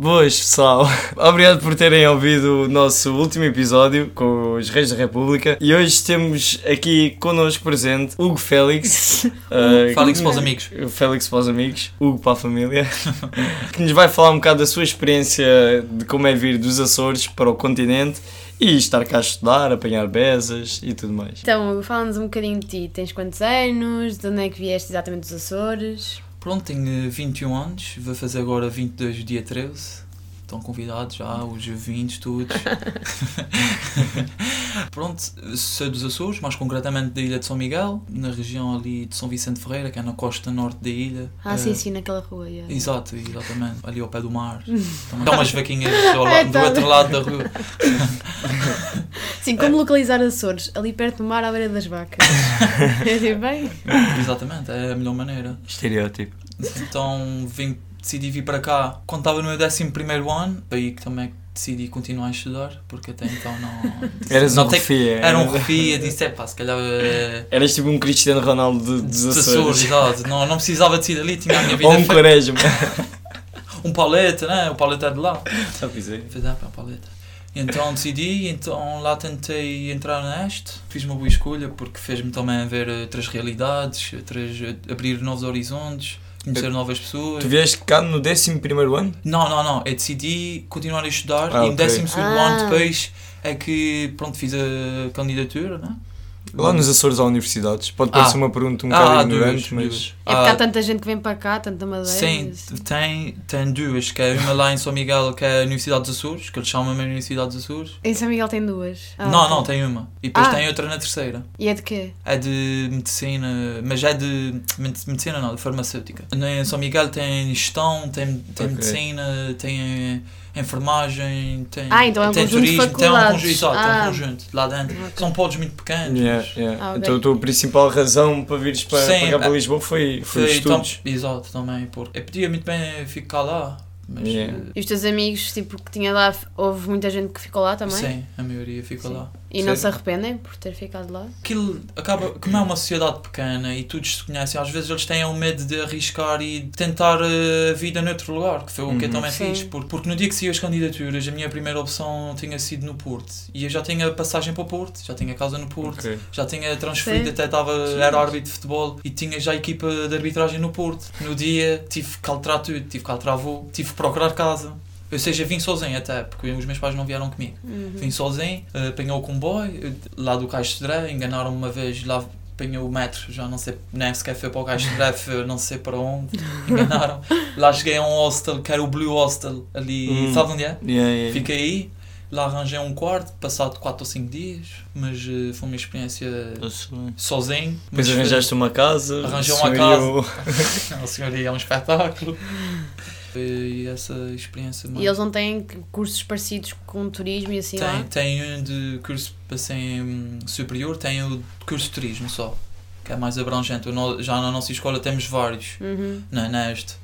Pois, pessoal, obrigado por terem ouvido o nosso último episódio com os Reis da República e hoje temos aqui connosco presente Hugo Félix. eh, Félix para os amigos. o Félix para os amigos, Hugo para a família, que nos vai falar um bocado da sua experiência de como é vir dos Açores para o continente e estar cá a estudar, apanhar bezas e tudo mais. Então, Hugo, fala-nos um bocadinho de ti. Tens quantos anos? De onde é que vieste exatamente dos Açores? Pronto, tenho eh, 21 anos, vou fazer agora 22 dia 13. Estão convidados já, os vindos todos. Pronto, sou dos Açores, mais concretamente da ilha de São Miguel, na região ali de São Vicente Ferreira, que é na costa norte da ilha. Ah, Eh, sim, sim, naquela rua. yeah. Exato, exatamente, ali ao pé do mar. Também há umas vaquinhas ao lado- Ai, do tá outro bem. lado da rua. Sim, eh, como localizar Açores? Ali perto do mar, à beira das vacas. Eu digo, bem, Exatamente, é a melhor maneira. Estereótipo. Então vim, decidi vir para cá quando estava no meu 11 ano, foi aí que também decidi continuar a estudar, porque até então não. Eras não um tem- refia. Era um refia, disse, é pá, se calhar. eh, Eras tipo um Cristiano Ronaldo de- dos dos Açores. Açores, exato. Não, não precisava de sair dali, tinha a minha vida Ou um feita. Quaresma. Um paleta, né? O paleta é de lá. Já pisei. Pois é, pá, paleta. Então decidi, então lá tentei entrar neste, fiz uma boa escolha porque fez-me também ver outras realidades, outras, eh, abrir novos horizontes, conhecer novas pessoas. Tu vieste cá no 11 primeiro ano? Não, não, não. Eu decidi continuar a estudar Ah, e no ok. 12 segundo Ah. ano depois é que pronto, fiz a candidatura, né? Lá nos Açores há universidades. Pode parecer Ah. uma pergunta um Ah, bocado duas, ignorante, mas. duas. é porque há Ah, tanta gente que vem para cá, tanta madeira. Sim, tem, tem duas, que é uma lá em São Miguel, que é a Universidade dos Açores, que eles chamam mesmo Universidade dos Açores. Em São Miguel tem duas. Ah, não, ok. não, tem uma. E depois Ah. tem outra na terceira. E é de quê? É de medicina, mas é de medi- medicina não, de farmacêutica. Em São Miguel tem gestão, tem, tem Ok. medicina, tem enfermagem, tem, Ah, então é um tem conjunto de turismo, tem um faculdades. conjunto, exato, tem um Ah. conjunto lá dentro. Ok. São polos muito pequenos. Yeah, mas yeah. Ah, ok. Então a tua principal razão para vires para, Sim, para cá para ah, Lisboa foi, foi os Foi tam- estudos. exato também, porque eu podia muito bem ficar lá, mas Yeah. eh, E os teus amigos, tipo, que tinha lá, houve muita gente que ficou lá também? sim, a maioria fica Sim. lá. E não Sim. se arrependem por ter ficado lá? Aquilo acaba, como é uma sociedade pequena e todos se conhecem, às vezes eles têm o medo de arriscar e de tentar eh, a vida noutro lugar, que foi o que eu Uhum. também Sim. fiz. Porque, porque no dia que saí as candidaturas, a minha primeira opção tinha sido no Porto. E eu já tinha passagem para o Porto, já tinha casa no Porto, Ok. já tinha transferido, Sim. até estava, era árbitro de futebol e tinha já a equipa de arbitragem no Porto. No dia tive que alterar tudo, tive que alterar voo, tive que procurar casa. Ou seja, vim sozinho até, porque os meus pais não vieram comigo. Uhum. Vim sozinho, eh, apanhei o comboio eh, lá do Cais de Sodré, enganaram-me uma vez lá apanhei o metro, já não sei, nem sequer foi para o Cais de Sodré, foi não sei para onde, enganaram. Lá cheguei a um hostel, que era o Blue Hostel, ali, Hum. sabe onde é? Yeah, yeah. Fiquei aí, lá arranjei um quarto, passado 4 ou 5 dias, mas eh, foi uma experiência Depois sozinho. né? mas foi- arranjaste uma casa. Arranjei uma senhorio- O senhor aí é um espetáculo. E essa experiência... mano. E eles não têm cursos parecidos com turismo e assim Tem, lá? tem um de curso assim, hum, superior, tem o de curso de turismo só, que é mais abrangente. O no- Já na nossa escola temos vários, Uhum. não é neste,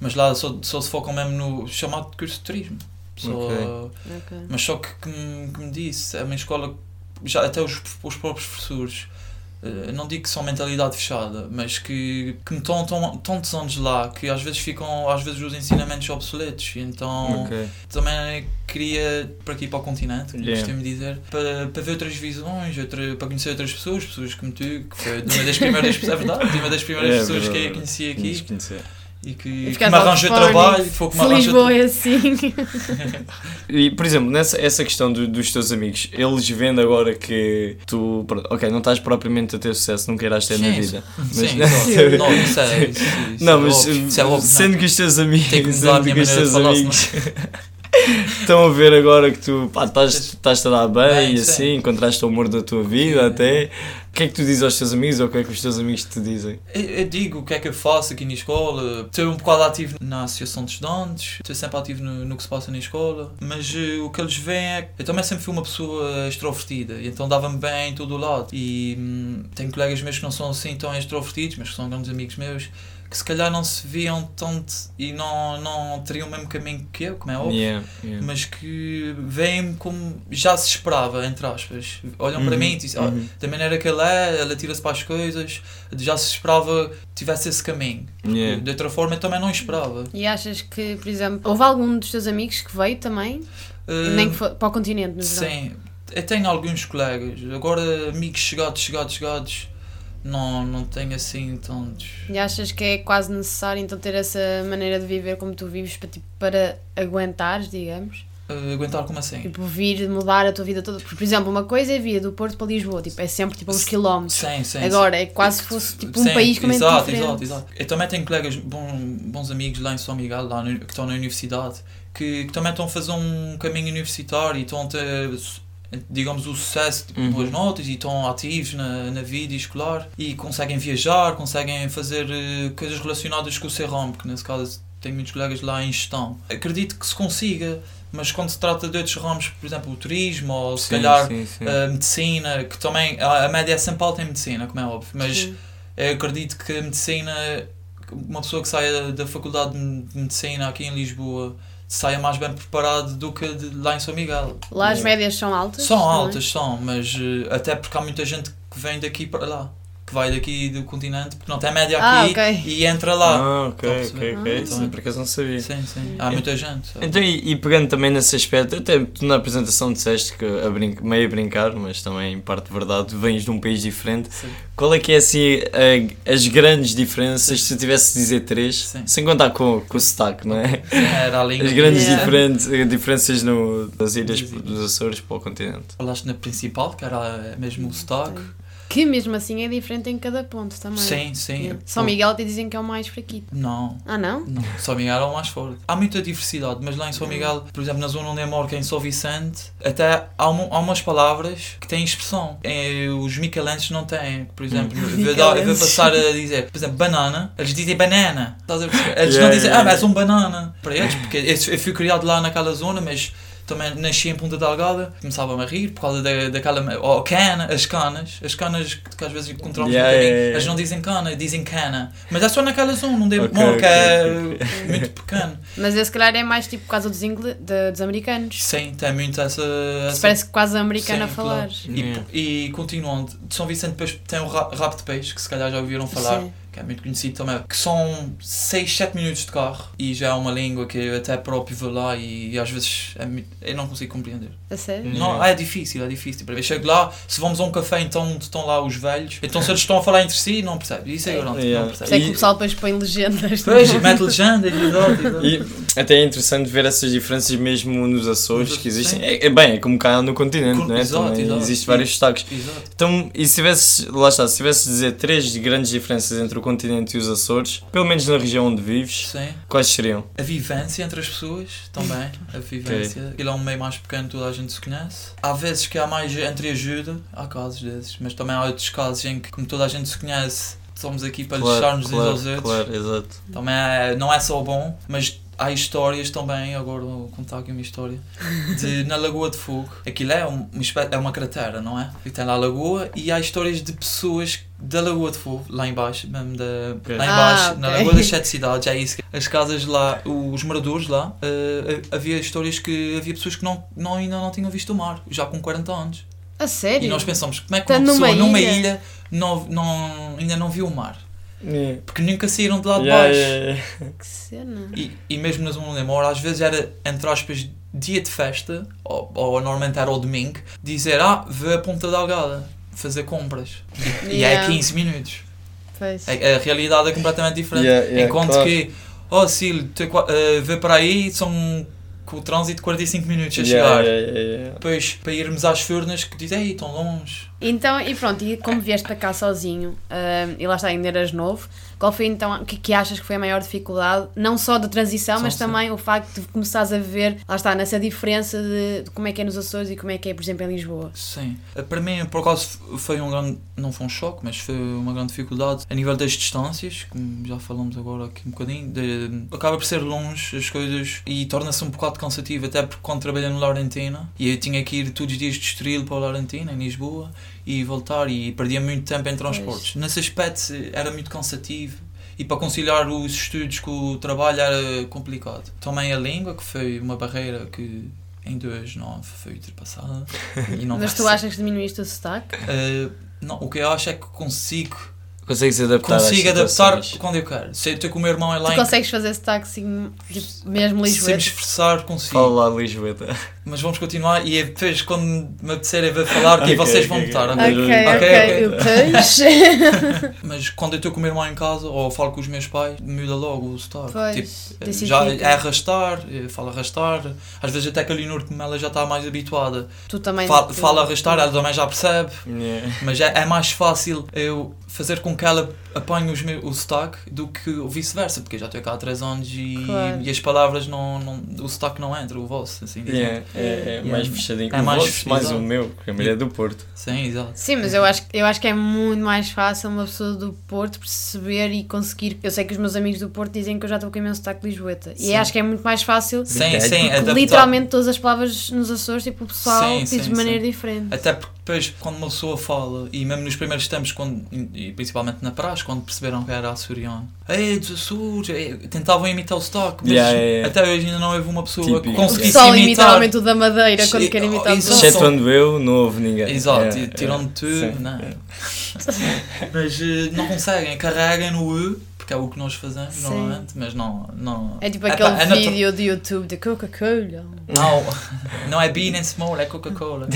mas lá só, só se focam mesmo no chamado de curso de turismo. Só- Ok. ok. Mas só que, que me, que me disse, é uma escola, que já até os, os próprios professores, eh, não digo que são mentalidade fechada, mas que, que me estão tão, tantos anos lá que às vezes ficam, às vezes os ensinamentos obsoletos, e então Ok. também queria para aqui para o continente, como Yeah. costumo dizer, para, para ver outras visões, outra, para conhecer outras pessoas, pessoas como tu, que foi de uma das primeiras pessoas, é verdade, de uma das primeiras É pessoas que verdade. eu conheci Tinhas de aqui conhecer. e que, que ficaste me arranjou autofónico. trabalho, foi que me Se Lisboa arranjou é assim. E, por exemplo, nessa essa questão do- dos teus amigos, eles vendo agora que tu, pronto, ok, não estás propriamente a ter sucesso, nunca irás ter na Sim, vida. Mas- Sim, exato. não, isso é, isso, isso Não, é mas eh, óbvio, isso é óbvio, sendo não. que os teus amigos, Tenho que mudar a sendo minha que os maneira de teus falar, amigos estão a ver agora que tu pá, estás, estás-te a dar bem Bem, e sim. assim, encontraste o amor da tua vida Sim. até. O que é que tu dizes aos teus amigos ou o que é que os teus amigos te dizem? Eu, eu digo o que é que eu faço aqui na escola. Estou um bocado ativo na associação de estudantes, estou sempre ativo no, no que se passa na escola. Mas eh, o que eles veem é que eu também sempre fui uma pessoa extrovertida, e então dava-me bem em todo o lado. E hum, tenho colegas meus que não são assim tão extrovertidos, mas que são grandes amigos meus. Que que se calhar não se viam tanto e não, não teriam o mesmo caminho que eu, como é óbvio, Yeah, yeah. mas que veem-me como já se esperava, entre aspas. Olham para Uhum, mim e dizem, "Ah, uhum. da maneira que ele é, ele atira-se para as coisas, já se esperava que tivesse esse caminho. Uhum. Yeah. De outra forma, eu também não esperava. E achas que, por exemplo, houve algum dos teus amigos que veio também? Ah, Nem que foi para o continente, no geral? Sim, eu tenho alguns colegas. Agora, amigos chegados, chegados, chegados, não, não tenho assim tantos. E achas que é quase necessário então ter essa maneira de viver como tu vives para, tipo, para aguentares, digamos? Ah, aguentar como assim? Tipo, vir mudar a tua vida toda. Porque, por exemplo, uma coisa é vir do Porto para Lisboa, tipo, é sempre tipo uns Sim, quilómetros. Sim, sim. Agora, é quase se fosse tipo um Sim, país completamente exato, diferente. exato, exato. Eu também tenho colegas, bom- bons amigos lá em São Miguel, lá no- que estão na universidade, que, que também estão a fazer um caminho universitário e estão a ter, su- digamos, o sucesso, tipo, Uhum. boas notas e estão ativos na, na vida escolar e conseguem viajar, conseguem fazer eh, coisas relacionadas com o seu ramo, que nesse caso tenho muitos colegas lá em gestão. Acredito que se consiga, mas quando se trata de outros ramos, por exemplo, o turismo ou se Sim, calhar. eh, sim, sim. A medicina, que também. A a média é sempre alta em medicina, como é óbvio, mas Sim. eu acredito que a medicina, uma pessoa que saia da faculdade de medicina aqui em Lisboa, saia mais bem preparado do que de- lá em São Miguel. Lá as Yeah. médias são altas? eh, São não é? altas, são, mas eh, até porque há muita gente que vem daqui para lá, que vai daqui do continente, porque não tem média Ah, aqui ok. e entra lá. Ah, ok, Estão a perceber? ok, ok. Ah, Isso sim. por acaso não sabia. Sim, sim. Há muita gente. sabe? Então, e, e pegando também nesse aspecto, até tu na apresentação disseste que a brin- meio a brincar, mas também em parte verdade, vens de um país diferente. Sim. Qual é que é assim a- as grandes diferenças, se tu tivesse de dizer três, Sim. sem contar com, com o sotaque, não é? Era a língua. As grandes Yeah. diferentes- eh, diferenças no, das ilhas Das ilhas. dos Açores para o continente. Falaste na principal, que era mesmo o sotaque. Que mesmo assim é diferente em cada ponto também. Sim, sim. Yeah. São Miguel te dizem que é o mais fraquito. Não. Ah, não? Não, São Miguel é o mais forte. Há muita diversidade, mas lá em Hum. São Miguel, por exemplo, na zona onde eu moro, que é em São Vicente, até há, mu- há umas palavras que têm expressão. Eh, os micalenses não têm. Por exemplo, Hum. eu vou dar- eu vou Micalenses. passar a dizer, por exemplo, banana, eles dizem banana. Estás a perceber? Eles Yeah, não dizem, yeah, ah, mas yeah. um banana. Para eles, porque eu, eu fui criado lá naquela zona, mas também nasci em Punta Delgada, começava-me a rir por causa da, daquela. Ou cana, as canas, as canas que, que às vezes encontramos Yeah, um bocadinho, yeah, yeah. eles não dizem cana, dizem cana. Mas é só naquela zona, não devo Ok, okay, ok, é muito pequeno. Mas esse, se calhar, é mais tipo por causa dos, ingle... de- dos americanos. Sim, tem muito essa. Se essa- parece que quase americano a Ah, Sim, falar. E, Yeah. e continuando, de São Vicente depois tem o ra- rabo de peixe, que se calhar já ouviram falar, Sim. que é muito conhecido também, que são 6, 7 minutos de carro e já é uma língua que eu até próprio vou lá e, às vezes é muito- eu não consigo compreender. A sério? Hum. Não, é difícil, é difícil. Eu chego lá, se vamos a um café, então onde estão lá os velhos, então se eles estão a falar entre si, não percebe. Isso eu garanto, Yeah. não Por isso é percebe. que E- o pessoal depois põe legendas. Pois, e mete legenda, e exato, exato. E até é interessante ver essas diferenças mesmo nos Açores Nos- que existem. sim. É, é bem, é como cá no continente, Com- não é? exato, Também exato. Existem vários destaques. Exato. Então, e se tivesses, lá está, se tivesses de dizer três grandes diferenças entre o continente e os Açores, pelo menos na região onde vives, Sim. quais seriam? A vivência entre as pessoas também. A vivência. Aquilo é um meio mais pequeno, toda a gente se conhece. Há vezes que há mais entre ajuda, há casos desses, mas também há outros casos em que, como toda a gente se conhece, somos aqui para deixar-nos uns aos outros. claro, exato. Também é- não é só bom, mas há histórias também, agora vou contar aqui uma história, de na Lagoa de Fogo. Aquilo é, um- uma espé- é uma cratera, não é? E tem lá a lagoa e há histórias de pessoas da Lagoa de Fogo, lá embaixo, mesmo da, Ok. lá embaixo, Ah, na ok. Lagoa das Sete Cidades, é isso. As casas lá, os moradores lá, eh, havia histórias que havia pessoas que não, não, ainda não tinham visto o mar, já com 40 anos. A sério? E nós pensamos, como é que Tá uma pessoa numa numa ilha? ilha, não, não- ainda não viu o mar? Yeah. Porque nunca saíram de lá de Yeah, baixo. yeah, yeah. Que cena. E, e mesmo na zona onde eu moro, às vezes era, entre aspas, dia de festa, ou, ou normalmente era o domingo, dizer, ah, vê a Ponta Delgada, fazer compras. E é 15 minutos. Pois. A, a realidade é completamente diferente. Yeah, yeah, Enquanto claro. que, oh, Cílio, tu é qua- eh, vê para aí, são com o trânsito 45 minutos a chegar. Yeah, yeah, yeah, yeah. Depois, para irmos às Furnas, que dizem, ei, estão longe. Então, e pronto, e como vieste para cá sozinho, ah, e lá está, ainda eras novo, qual foi então, o que, que achas que foi a maior dificuldade, não só da transição, Sim, mas sim. também o facto de começares a ver, lá está, nessa diferença de, de como é que é nos Açores e como é que é, por exemplo, em Lisboa? Sim. Eh, Para mim, por acaso, f- foi um grande. Não foi um choque, mas foi uma grande dificuldade. A nível das distâncias, como já falamos agora aqui um bocadinho, de- acaba por ser longe as coisas e torna-se um bocado cansativo, até porque quando trabalhei no Laurentina, e eu tinha que ir todos os dias de Estoril para o Laurentina, em Lisboa, e voltar, e perdia muito tempo em transportes. Nesse aspecto, eh, era muito cansativo. E para conciliar os estudos com o trabalho era complicado. Também a língua, que foi uma barreira que em 2009 foi ultrapassada. E não Mas vai tu ser. achas que diminuíste o sotaque? Eh, não, o que eu acho é que consigo, Consegues adaptar consigo às adaptar situações. quando eu quero. Se eu estou com o meu irmão é lá Tu em consegues fazer sotaque assim, tipo, mesmo se me Lisboa? expressar, consigo. Fala lá, Lisboeta. Mas vamos continuar e é depois quando me apetecer eu vou falar que Ok, vocês vão ok, votar. ok. ok? Ok, Ok, ok, ok. o peixe. Mas quando eu estou com o meu irmão em casa ou falo com os meus pais, muda logo o sotaque. Pois, Tipo, eh, desse já jeito. é arrastar, eh, fala arrastar. Às vezes até que ali no norte como ela já está mais habituada. Tu também. Fala, fala arrastar, ela também já percebe. Yeah. Mas é, é mais fácil eu fazer com que ela apanhe os meu, o sotaque do que o vice-versa, porque eu já estou cá há 3 anos e, Claro. e as palavras não, não. o sotaque não entra, o vosso, assim dizem. Yeah, é, é Yeah. mais fechadinho. É o mais vosso, mais o fechado. meu, que a mulher é do Porto. Sim, exato. Sim, mas eu acho, que- eu acho que é muito mais fácil uma pessoa do Porto perceber e conseguir. Eu sei que os meus amigos do Porto dizem que eu já estou com imenso sotaque lisboeta. E Sim. acho que é muito mais fácil. Sim, Verdade, sim, porque adaptar. Literalmente todas as palavras nos Açores, tipo, o pessoal Sim, diz sim, de maneira sim. diferente. Até porque depois, quando uma pessoa fala, e mesmo nos primeiros tempos, quando, e principalmente na praxe, quando perceberam que era açoriano, ei, dos Açores, ei", tentavam imitar o sotaque, mas Yeah, yeah, yeah. até hoje ainda não houve uma pessoa que Típico. O conseguisse pessoal imita imitar. realmente o da Madeira quando Sim, oh, quer imitar o isso- é outros. Exceto quando eu, não houve ninguém. Exato, Yeah, e yeah. tirando tudo, É, Sim. é. não. é? mas eh, não conseguem, carregam no E, porque é o que nós fazemos Sim. normalmente, mas não. não É tipo Epá, aquele é natu- vídeo do YouTube de Coca-Cola. Não, não é bean and small, é Coca-Cola.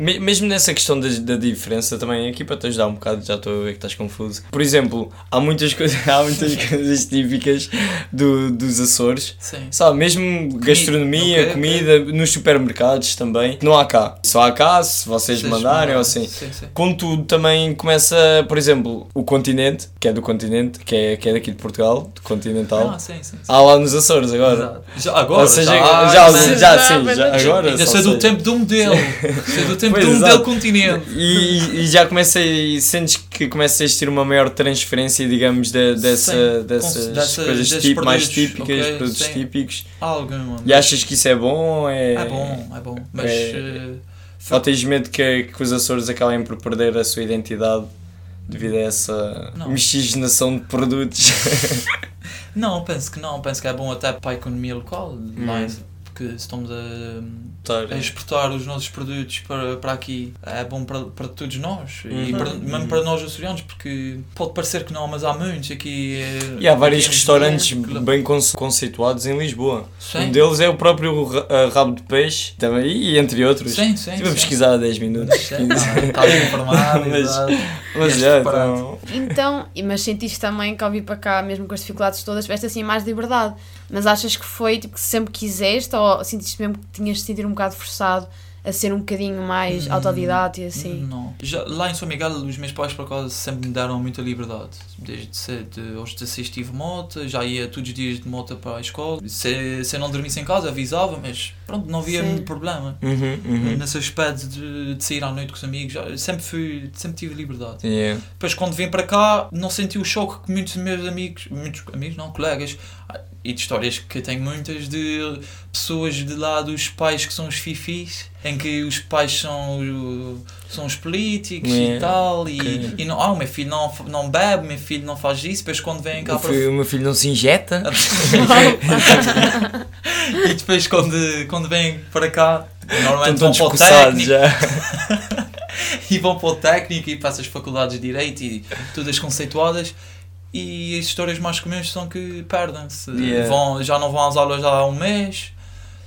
Me- Mesmo nessa questão da, da diferença também, aqui para te ajudar um bocado, já estou a ver que estás confuso. Por exemplo, há muitas, coisas- há muitas coisas típicas do, dos Açores Sim. Sabe, mesmo gastronomia, ok, ok. comida, nos supermercados também, não há cá. Só há cá se vocês Vocês mandarem mandaram. ou assim. Sim, sim. Contudo, também começa, por exemplo, o continente, que é do continente, que é, que é daqui de Portugal, do continental. Ah, sim, sim. sim. Há lá nos Açores agora. Exato. Já, agora, ou seja, já, já, né? já, já, Já, sim, mas já, não- agora. Ainda só sou do sei. tempo do modelo. Sou do tempo Pois, do exato. modelo continente. E, e já começa e sentes que começa a existir uma maior transferência, digamos, da- dessa, Sim, dessas com- dessas- coisas desses tipo, mais produtos, típicas, ok, produtos sim. típicos. Alguma. E achas que isso é bom? É, É bom, é bom. Mas. É. eh, Ou tens medo que, que os Açores acabem por perder a sua identidade devido a essa Não. miscigenação de produtos? Não, penso que não. Penso que é bom até para a economia local. Mas, Hum. porque se estamos a, a exportar os nossos produtos para, para aqui. É bom para, para todos nós. E Uhum. para- Uhum. mesmo para nós açorianos, porque pode parecer que não, mas há muitos aqui. eh, E há vários aqui em restaurantes Lisboa. bem cons- conceituados em Lisboa. Um Sim, deles é o próprio ra- ah, Rabo de Peixe, também, e entre outros. sim, sim. Estive a sim. pesquisar há 10 minutos. Sim, Está bem informado, Mas- exato. Mas Vieste já, preparado. então. Então, e- mas sentiste também que ao vir para cá, mesmo com as dificuldades todas, tiveste assim mais liberdade. Mas achas que foi tipo que sempre quiseste ou sentiste mesmo que tinhas de sentir um bocado forçado a ser um bocadinho mais Hum, autodidata e assim? Não. Já, lá em São Miguel, os meus pais, por acaso, sempre me deram muita liberdade. Desde cedo, aos 16 tive moto, já ia todos os dias de moto para a escola. Se, se eu não dormisse em casa, avisava, mas pronto, não havia Sim. muito problema. Uhum, uhum. Nesse aspecto de, de sair à noite com os amigos, já- sempre, fui, sempre tive liberdade. Yeah. Depois, quando vim para cá, não senti o choque que muitos dos meus amigos, muitos amigos, não, colegas, ah, e de histórias que eu tenho muitas de pessoas de lá dos pais que são os fifis, em que os pais são, o- são os políticos Yeah, e tal, e, ok. e não, ah, o meu filho não, f- não bebe, o meu filho não faz isso, depois quando vêm cá O, para fi- o meu filho não se injeta. e depois quando, quando vêm para cá, normalmente Estão vão todos para o coçados técnico, já. e vão para o técnico e para essas faculdades de Direito e todas conceituadas e as histórias mais comuns são que perdem-se. Yeah. Vão, já não vão às aulas há um mês,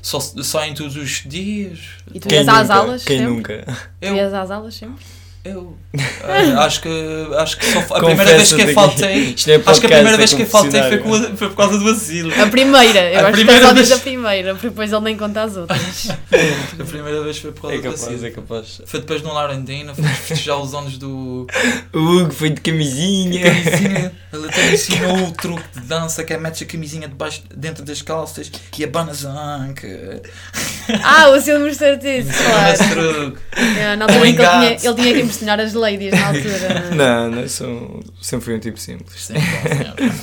só se- saem todos os dias. E tu Quem ias às nunca? aulas Quem sempre? nunca? Tu Eu, ias às aulas sempre? eu eh, acho que, acho que só, a primeira vez Confessa-te que eu faltei. Isto é Acho que a primeira podcast, vez é que eu faltei foi, confessionário. com a- foi por causa do asilo. A primeira, eu A acho primeira que só diz a vez. primeira, porque depois ele nem conta as outras. A primeira vez foi por É causa do capaz, é asilo. capaz. Foi depois no Larandina, fomos festejar os anos do, O Hugo foi de camisinha. camisinha. Ele até me ensinou o truque de dança que é metes a camisinha debaixo, dentro das calças é e abanas a anca. ah, o seu mostrou disso, Esse claro. truque. É, na altura em que ele tinha, Obrigado. ele tinha que impressionar as ladies na altura. é? Não, não, sou, sempre fui um tipo simples. é Sim, claro, sim.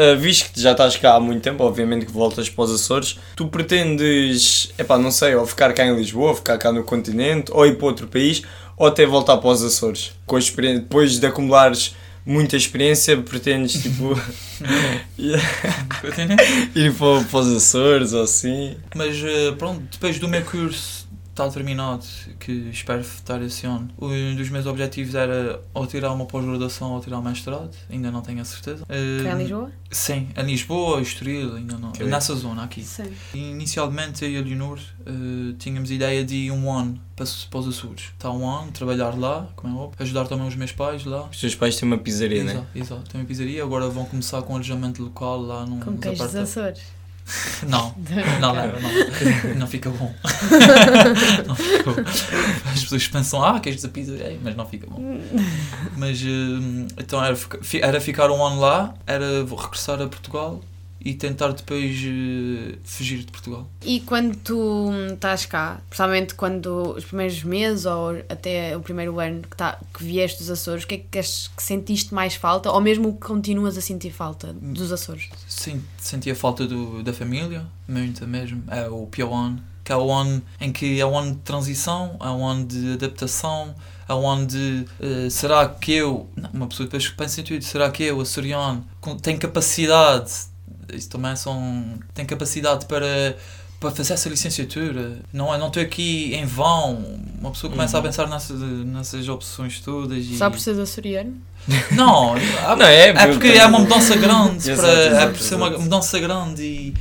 Uh, visto que já estás cá há muito tempo, obviamente que voltas para os Açores, tu pretendes, epá, não sei, ou ficar cá em Lisboa, ou ficar cá no continente, ou ir para outro país, ou até voltar para os Açores, com a experiên- depois de acumulares muita experiência, pretendes tipo ir para, para os Açores ou assim? Mas eh, pronto, depois do meu curso está terminado, que espero estar esse ano, um dos meus objetivos era ou tirar uma pós-graduação ou tirar um mestrado, ainda não tenho a certeza. Eh, Cá é em Lisboa? Sim, em Lisboa, Estoril, ainda não. Ok. Nessa zona aqui. Sim. Inicialmente eu e a Leonor eh, tínhamos a ideia de ir um ano para, os- para os Açores. Está um ano, trabalhar lá, como é óbvio, ajudar também os meus pais lá. Os teus pais têm uma pizzaria, né? Exato, exato. Tem uma pizzaria, agora vão começar com alojamento local lá num Com nos queijo dos aparta- Açores. Não, não, não, não, não fica bom. não fica bom. As pessoas pensam, ah, queijo da pizzaria, mas não fica bom. Mas hum, então era, fica- fi- era ficar um ano lá, era vou regressar a Portugal e tentar depois eh, fugir de Portugal. E quando tu hum, estás cá, principalmente quando os primeiros meses ou até o primeiro ano que, tá, que vieste dos Açores, o que é que, achas que sentiste mais falta ou mesmo que continuas a sentir falta dos Açores? Sim, senti a falta do, da família, muito mesmo. É o pior ano. Que é o ano em que é um ano de transição, é um ano de adaptação, é um ano de. eh, será que eu. Não, uma pessoa depois que pensa em tudo, será que eu, açoriano, com- tenho capacidade. Isso também são. Tenho capacidade para. Para fazer essa licenciatura, não é? Não estou aqui em vão. Uma pessoa começa a Uhum. pensar nessas, nessas opções todas. E... Só por ser açoriano? Não, há- Não é? é porque é uma mudança grande, Exato, para, é exato, por ser uma exato. mudança grande e,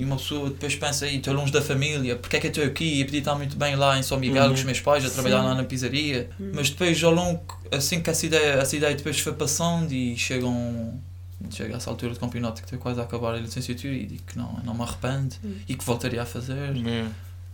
e uma pessoa depois pensa, "Ih, estou longe da família, porque é que eu estou aqui? E podia estar muito bem lá em São Miguel Uhum. com os meus pais, a trabalhar Sim. lá na pizzaria. Uhum. Mas depois, ao longo, assim que essa ideia, essa ideia depois foi passando e chegam. Chega a essa altura do campeonato que estou quase a acabar a licenciatura e digo que não, não me arrependo Uhum. e que voltaria a fazer É.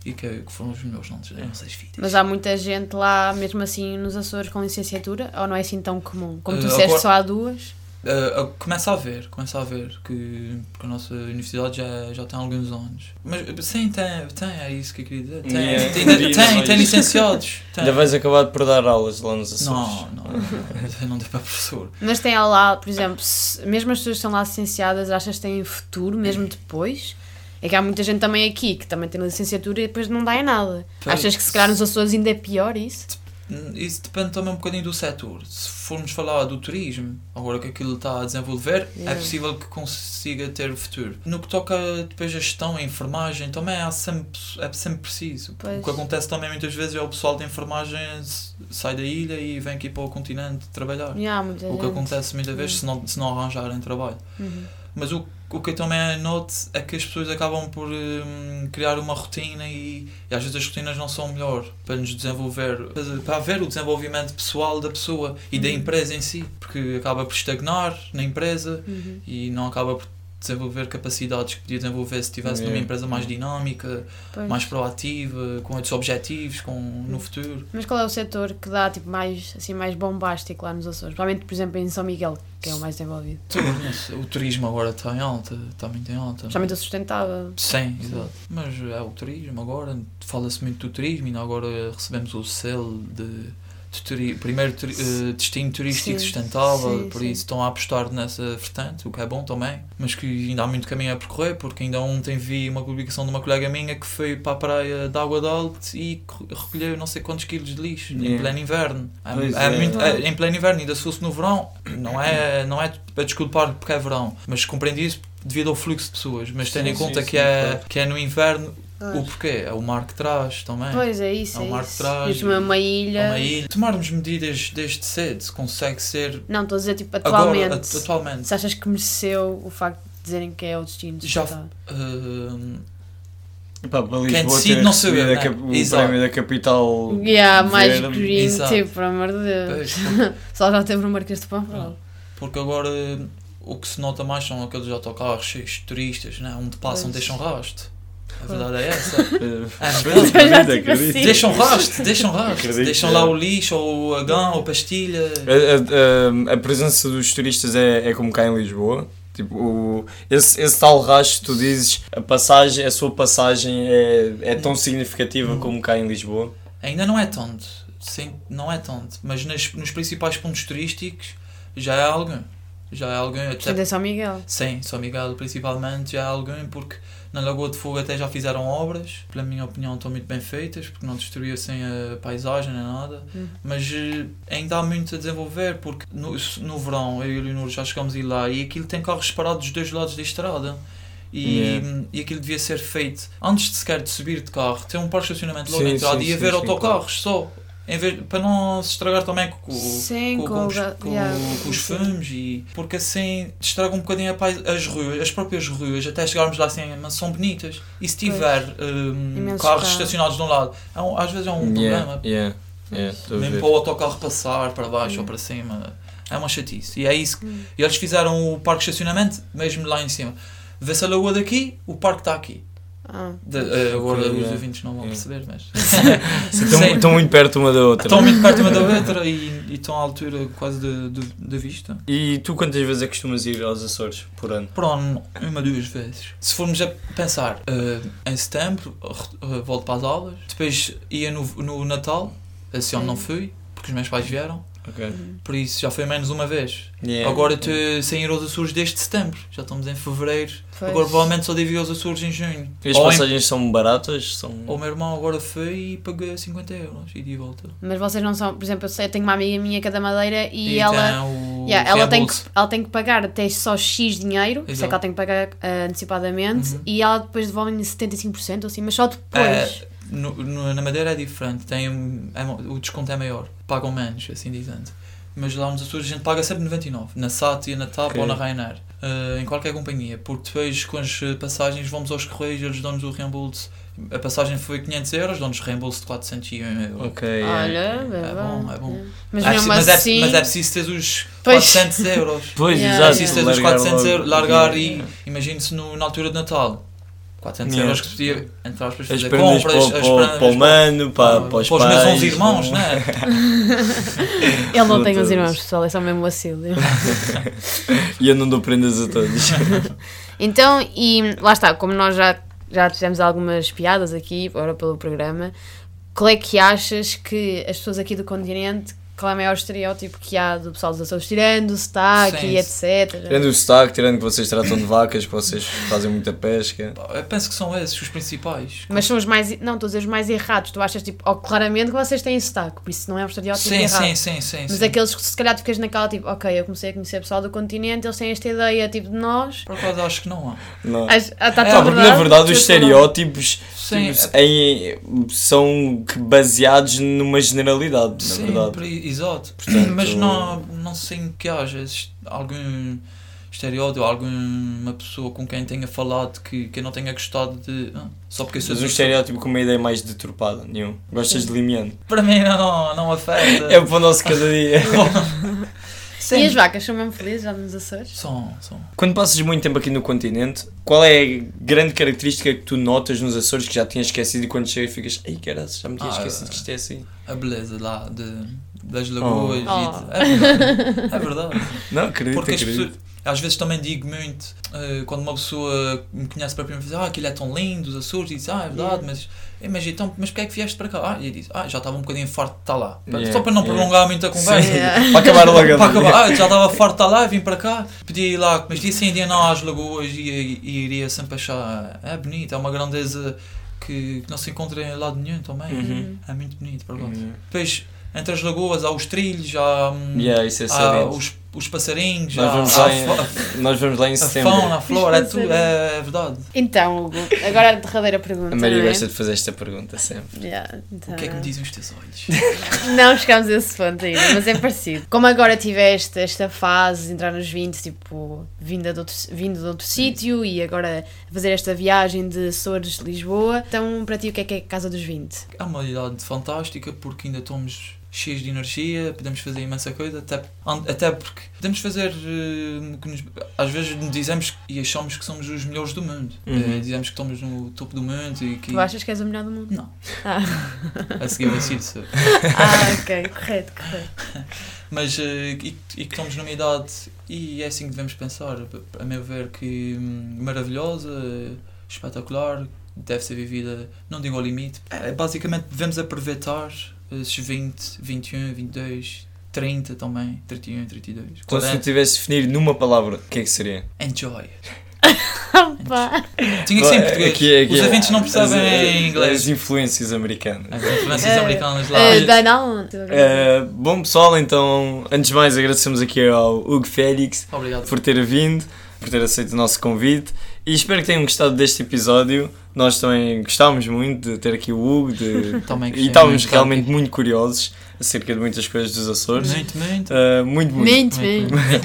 e que, que foram os melhores nomes, eram seis vidas. Mas há muita gente lá, mesmo assim, nos Açores com licenciatura, ou não é assim tão comum? Como tu Eh, disseste, agora- só há duas. Uh, uh, começa a ver, começa a ver que, porque a nossa universidade já, já tem alguns anos. Mas sim, tem, tem é isso que eu queria dizer. Tem, Yeah. tem, tem, Diz tem, mais. licenciados. Tem. Ainda vais acabar por dar aulas lá nos Açores. Não, não, não, não deu para professor. Mas tem lá, por exemplo, se- mesmo as pessoas que estão lá licenciadas, achas que têm futuro, Uhum. mesmo depois? É que há muita gente também aqui que também tem licenciatura e depois não dá em nada. Pois. Achas que se calhar nos Açores ainda é pior isso? Isso depende também um bocadinho do setor. Se formos falar do turismo, agora que aquilo está a desenvolver, é Yeah. possível que consiga ter futuro. No que toca depois à gestão, à enfermagem, também há sempre, é sempre preciso. Pois. O que acontece também muitas vezes é o pessoal da enfermagem s- sai da ilha e vem aqui para o continente trabalhar. E há muita O que gente. acontece muitas vezes se não, se não arranjarem trabalho. Uhum. Mas o, o que eu também noto é que as pessoas acabam por hum, criar uma rotina e, e às vezes as rotinas não são melhor para nos desenvolver, para- para haver o desenvolvimento pessoal da pessoa e da Uhum. empresa em si, porque acaba por estagnar na empresa Uhum. e não acaba por desenvolver capacidades que podia desenvolver se estivesse numa Yeah. empresa mais dinâmica, Pois. mais proativa, com outros objetivos, com, no futuro. Mas qual é o setor que dá tipo, mais, assim, mais bombástico lá nos Açores? Provavelmente, por exemplo, em São Miguel, que é o mais desenvolvido. Tudo, não sei, o turismo agora está em alta, está muito em alta. Principalmente o sustentável. Sim, exato. Mas é o turismo agora, fala-se muito do turismo, ainda agora recebemos o selo de, de turi- primeiro turi- eh, destino turístico Sim, sustentável, sim, por sim. isso estão a apostar nessa vertente, o que é bom também, mas que ainda há muito caminho a percorrer, porque ainda ontem vi uma publicação de uma colega minha que foi para a praia de Água de Alto e co- recolheu não sei quantos quilos de lixo em Yeah. pleno inverno. É- Pois é é. muito- é- em pleno inverno, ainda se fosse no verão, não é, não é para desculpar porque é verão, mas compreendo isso devido ao fluxo de pessoas, mas tendo Sim, em conta sim, que, sim, é, claro. que é no inverno, o porquê? É o mar que traz também. Pois é isso. Há um é mar isso. de trás Mesmo é uma É ilha. uma ilha. Tomarmos medidas desde cedo se consegue ser Não, estou a dizer tipo atualmente. agora, at- atualmente. Se achas que mereceu o facto de dizerem que é o destino Já- sustentável? Hum, Pá, para Quem Lisboa decide ter não sou eu, recebido a né? cap- o Exato. prémio da capital. Yeah, mais Verde. green, Exato. tipo, pelo amor de Deus. pois, Só já teve no Marquês de Pombal. porque agora hum, o que se nota mais são aqueles autocarros cheios de turistas, né? onde passam, Pois. deixam rasto. A Pois. verdade é essa. eh, verdade. acredito, Já, tipo acredito. assim. Deixam rasto, deixam rasto. Acredito, Deixam é. lá o lixo, ou o agão, ou a pastilha. A, a- a- a presença dos turistas é, é como cá em Lisboa. Tipo, o- esse, esse tal racho que tu dizes, a passagem, a sua passagem é, é tão significativa como cá em Lisboa. Ainda não é tanto, sim, não é tanto, mas nas- nos principais pontos turísticos já é algo. Já é alguém, até Portanto, é São Miguel. Sim, São Miguel principalmente já é alguém, porque na Lagoa de Fogo até já fizeram obras, pela minha opinião estão muito bem feitas, porque não destruíam assim a paisagem nem nada, Hum. mas eh, ainda há muito a desenvolver, porque no, no verão eu e o Leonor já chegámos a ir lá e aquilo tem carros parados dos dois lados da estrada. E, Yeah. e aquilo devia ser feito antes de sequer de subir de carro, ter um parque de estacionamento logo na Sim, entrada sim, e sim, haver sim, autocarros só, em vez, para não se estragar também com o, Sim, com, com, com o os, ga- com- yeah. com os fumes e porque assim estraga um bocadinho a pais- as ruas, as próprias ruas, até chegarmos lá assim, mas são bonitas. E se tiver hum, Imensos carros carros. estacionados de um lado, é um- às vezes é um Yeah, problema. yeah, yeah, estou a Mesmo ver. para o autocarro passar para baixo Hum. ou para cima, é uma chatice. E é isso. que- Hum. E eles fizeram o parque de estacionamento mesmo lá em cima. Vê-se a lagoa daqui, o parque está aqui. Ah. De- eh, agora Ok, os yeah. ouvintes não vão Yeah. perceber, mas Estão, Sim. estão muito perto uma da outra. estão muito perto uma da outra e, e estão à altura quase da- do- da vista. E tu quantas vezes é que costumas ir aos Açores por ano? Por ano, uma, duas vezes. Se formos a pensar eh, em setembro, re- eh, volto para as aulas. Depois ia no, no Natal, esse ano não fui, porque os meus pais vieram. Ok. Uhum. É. Por isso já foi menos uma vez. Agora estou sem ir aos Açores desde setembro. Já estamos em fevereiro. Pois. Agora provavelmente só devo ir aos Açores em junho. E as Ou, em- passagens são baratas? São... ou o meu irmão agora foi e paguei 50 euros e de volta. Mas vocês não são, por exemplo, eu, sei, eu tenho uma amiga minha que é da Madeira e, tem ela, Então, o yeah, ela, tem que, reembolso. ela tem que pagar até só X dinheiro, por isso é que Exato. ela tem que pagar ah, antecipadamente Uhum. e ela depois devolve-lhe 75% ou assim, mas só depois. No- no- na Madeira é diferente, tem, um- é mo- o desconto é maior, pagam menos, assim dizendo. Mas lá nos Açores a gente paga sempre 99, na SAT, e na TAP Ok. ou na Ryanair, eh, em qualquer companhia, porque depois com as eh, passagens vamos aos Correios, eles dão-nos o reembolso. A passagem foi 500 euros, dão-nos reembolso de 401 euros. Ok. Olha, yeah. é bom, é bom. Mas É preciso- mesmo mas, é, assim, mas é preciso ter os Pois. 400 euros. Pois, Yeah, É exato. preciso ter os 400 euros, largar e imagine-se no- na altura de Natal. 400 Yeah. euros que se podia, entre aspas, As fazer prendas para, compras, o- as para o- prendas, para o mano, para, para os meus pais, 11 irmãos, para- né? ele não tem os todos. irmãos, pessoal, é só mesmo vacilo. E eu não dou prendas a todos. Então, e lá está, como nós já, já fizemos algumas piadas aqui, agora pelo programa, qual é que achas que as pessoas aqui do continente, qual é o maior estereótipo que há do pessoal dos Açores, tirando o sotaque Sim, e etc? tirando o sotaque, tirando que vocês tratam de vacas, que vocês fazem muita pesca. Pá, Eu penso que são esses os principais. Mas são os mais, não, estou a dizer os mais errados, tu achas tipo, oh, claramente que vocês têm sotaque, por isso não é um estereótipo sim, errado. sim, sim, sim, Mas sim. aqueles que se calhar tu ficas naquela tipo, ok, eu comecei a conhecer pessoal do continente, eles têm esta ideia tipo de nós. Por acaso acho que não há. Não. Está É, Não, tudo porque na verdade os Tudo verdade. estereótipos Sim, é tipo, em- são que- baseados numa generalidade, sim, na verdade. por aí- exato. Portanto, Mas não, não sei que haja esse- algum estereótipo, alguma pessoa com quem tenha falado que, que eu não tenha gostado de. ah, Só porque eu sou Mas um do- estereótipo com uma ideia mais deturpada, nenhum. Gostas de limiano? Para mim não, não afeta. É para o nosso cada dia. Sim. E as vacas são mesmo felizes lá nos Açores? São, são. Quando passas muito tempo aqui no continente, qual é a grande característica que tu notas nos Açores que já tinhas esquecido e quando chegas ficas, ei caralho, já me tinha Ah, esquecido que isto é assim? A beleza lá de, das lagoas Oh. e. de- É verdade. É verdade. Não, acredito, Porque as acredito. pessoas, às vezes também digo muito, eh, quando uma pessoa me conhece pela primeira vez, ah, aquilo é tão lindo, os Açores, e diz, ah, é verdade, mas, eh, mas então, mas porquê é que vieste para cá? Ah, e eu disse, ah, já estava um bocadinho farto de estar lá. Para- Yeah, Só para não yeah. prolongar muito a conversa. Sim. Yeah. Para acabar logo Para ali. acabar, ah, já estava farto de estar lá, vim para cá, podia ir lá, mas disse ainda não às lagoas e, e iria sempre achar, é bonito, é uma grandeza que, que não se encontra em lado nenhum também. Uhum. É muito bonito, para lá. Uhum. Depois, entre as lagoas, há os trilhos, há, hum, Yeah, isso é há sabido. os, os passarinhos, Nós há, vamos há lá em- a fa- Nós vamos lá em a setembro. fauna, a flora, é, Isto é tudo, é verdade. Então, Hugo, agora a derradeira pergunta. A Maria não é? gosta de fazer esta pergunta sempre. Yeah, então. O que é que me dizem os teus olhos? Não chegámos a esse ponto ainda, mas é parecido. Como agora tiveste esta fase de entrar nos 20, tipo, vinda de outro, vindo de outro sítio e agora fazer esta viagem de Açores de Lisboa, então para ti o que é que é Casa dos 20? É uma idade fantástica porque ainda estamos cheios de energia, podemos fazer imensa coisa, até, an- até porque podemos fazer eh, o que nos- às vezes nos dizemos e achamos que somos os melhores do mundo. Uhum. Eh, dizemos que estamos no topo do mundo e que Tu achas que és o melhor do mundo? Não. Ah. a seguir vai ser isso. Ah, ok, correto, correto. Mas eh, e, que- e que estamos numa idade e é assim que devemos pensar, a meu ver que hum, maravilhosa, espetacular, deve ser vivida, não digo ao limite. É, basicamente devemos aproveitar esses 20, 21, 22, 30 também, 31, 32. Então, se tu 40. tivesse de definir numa palavra, o que é que seria? é Enjoy. Pá. Tinha que ser em Bom, português. aqui- é aqui- um Os ouvintes não percebem as- em As inglês. influências americanas. As influências É, americanas lá. Eh, da não. Uh, bom pessoal, então, antes de mais agradecemos aqui ao Hugo Félix Obrigado. por ter vindo, por ter aceito o nosso convite e espero que tenham gostado deste episódio. Nós também gostámos muito de ter aqui o Hugo de- Também e gostei estávamos muito, tá realmente muito curiosos acerca de muitas coisas dos Açores. Muito, muito. Uh, muito, muito. Muito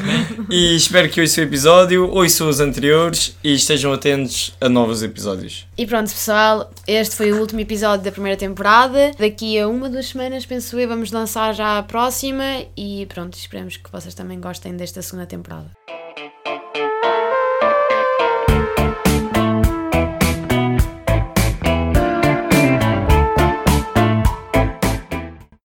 bem. E espero que ouçam o episódio, ouçam os anteriores e estejam atentos a novos episódios. E pronto, pessoal, este foi o último episódio da primeira temporada. Daqui a uma, duas semanas, penso eu, vamos lançar já a próxima. E pronto, esperamos que vocês também gostem desta segunda temporada.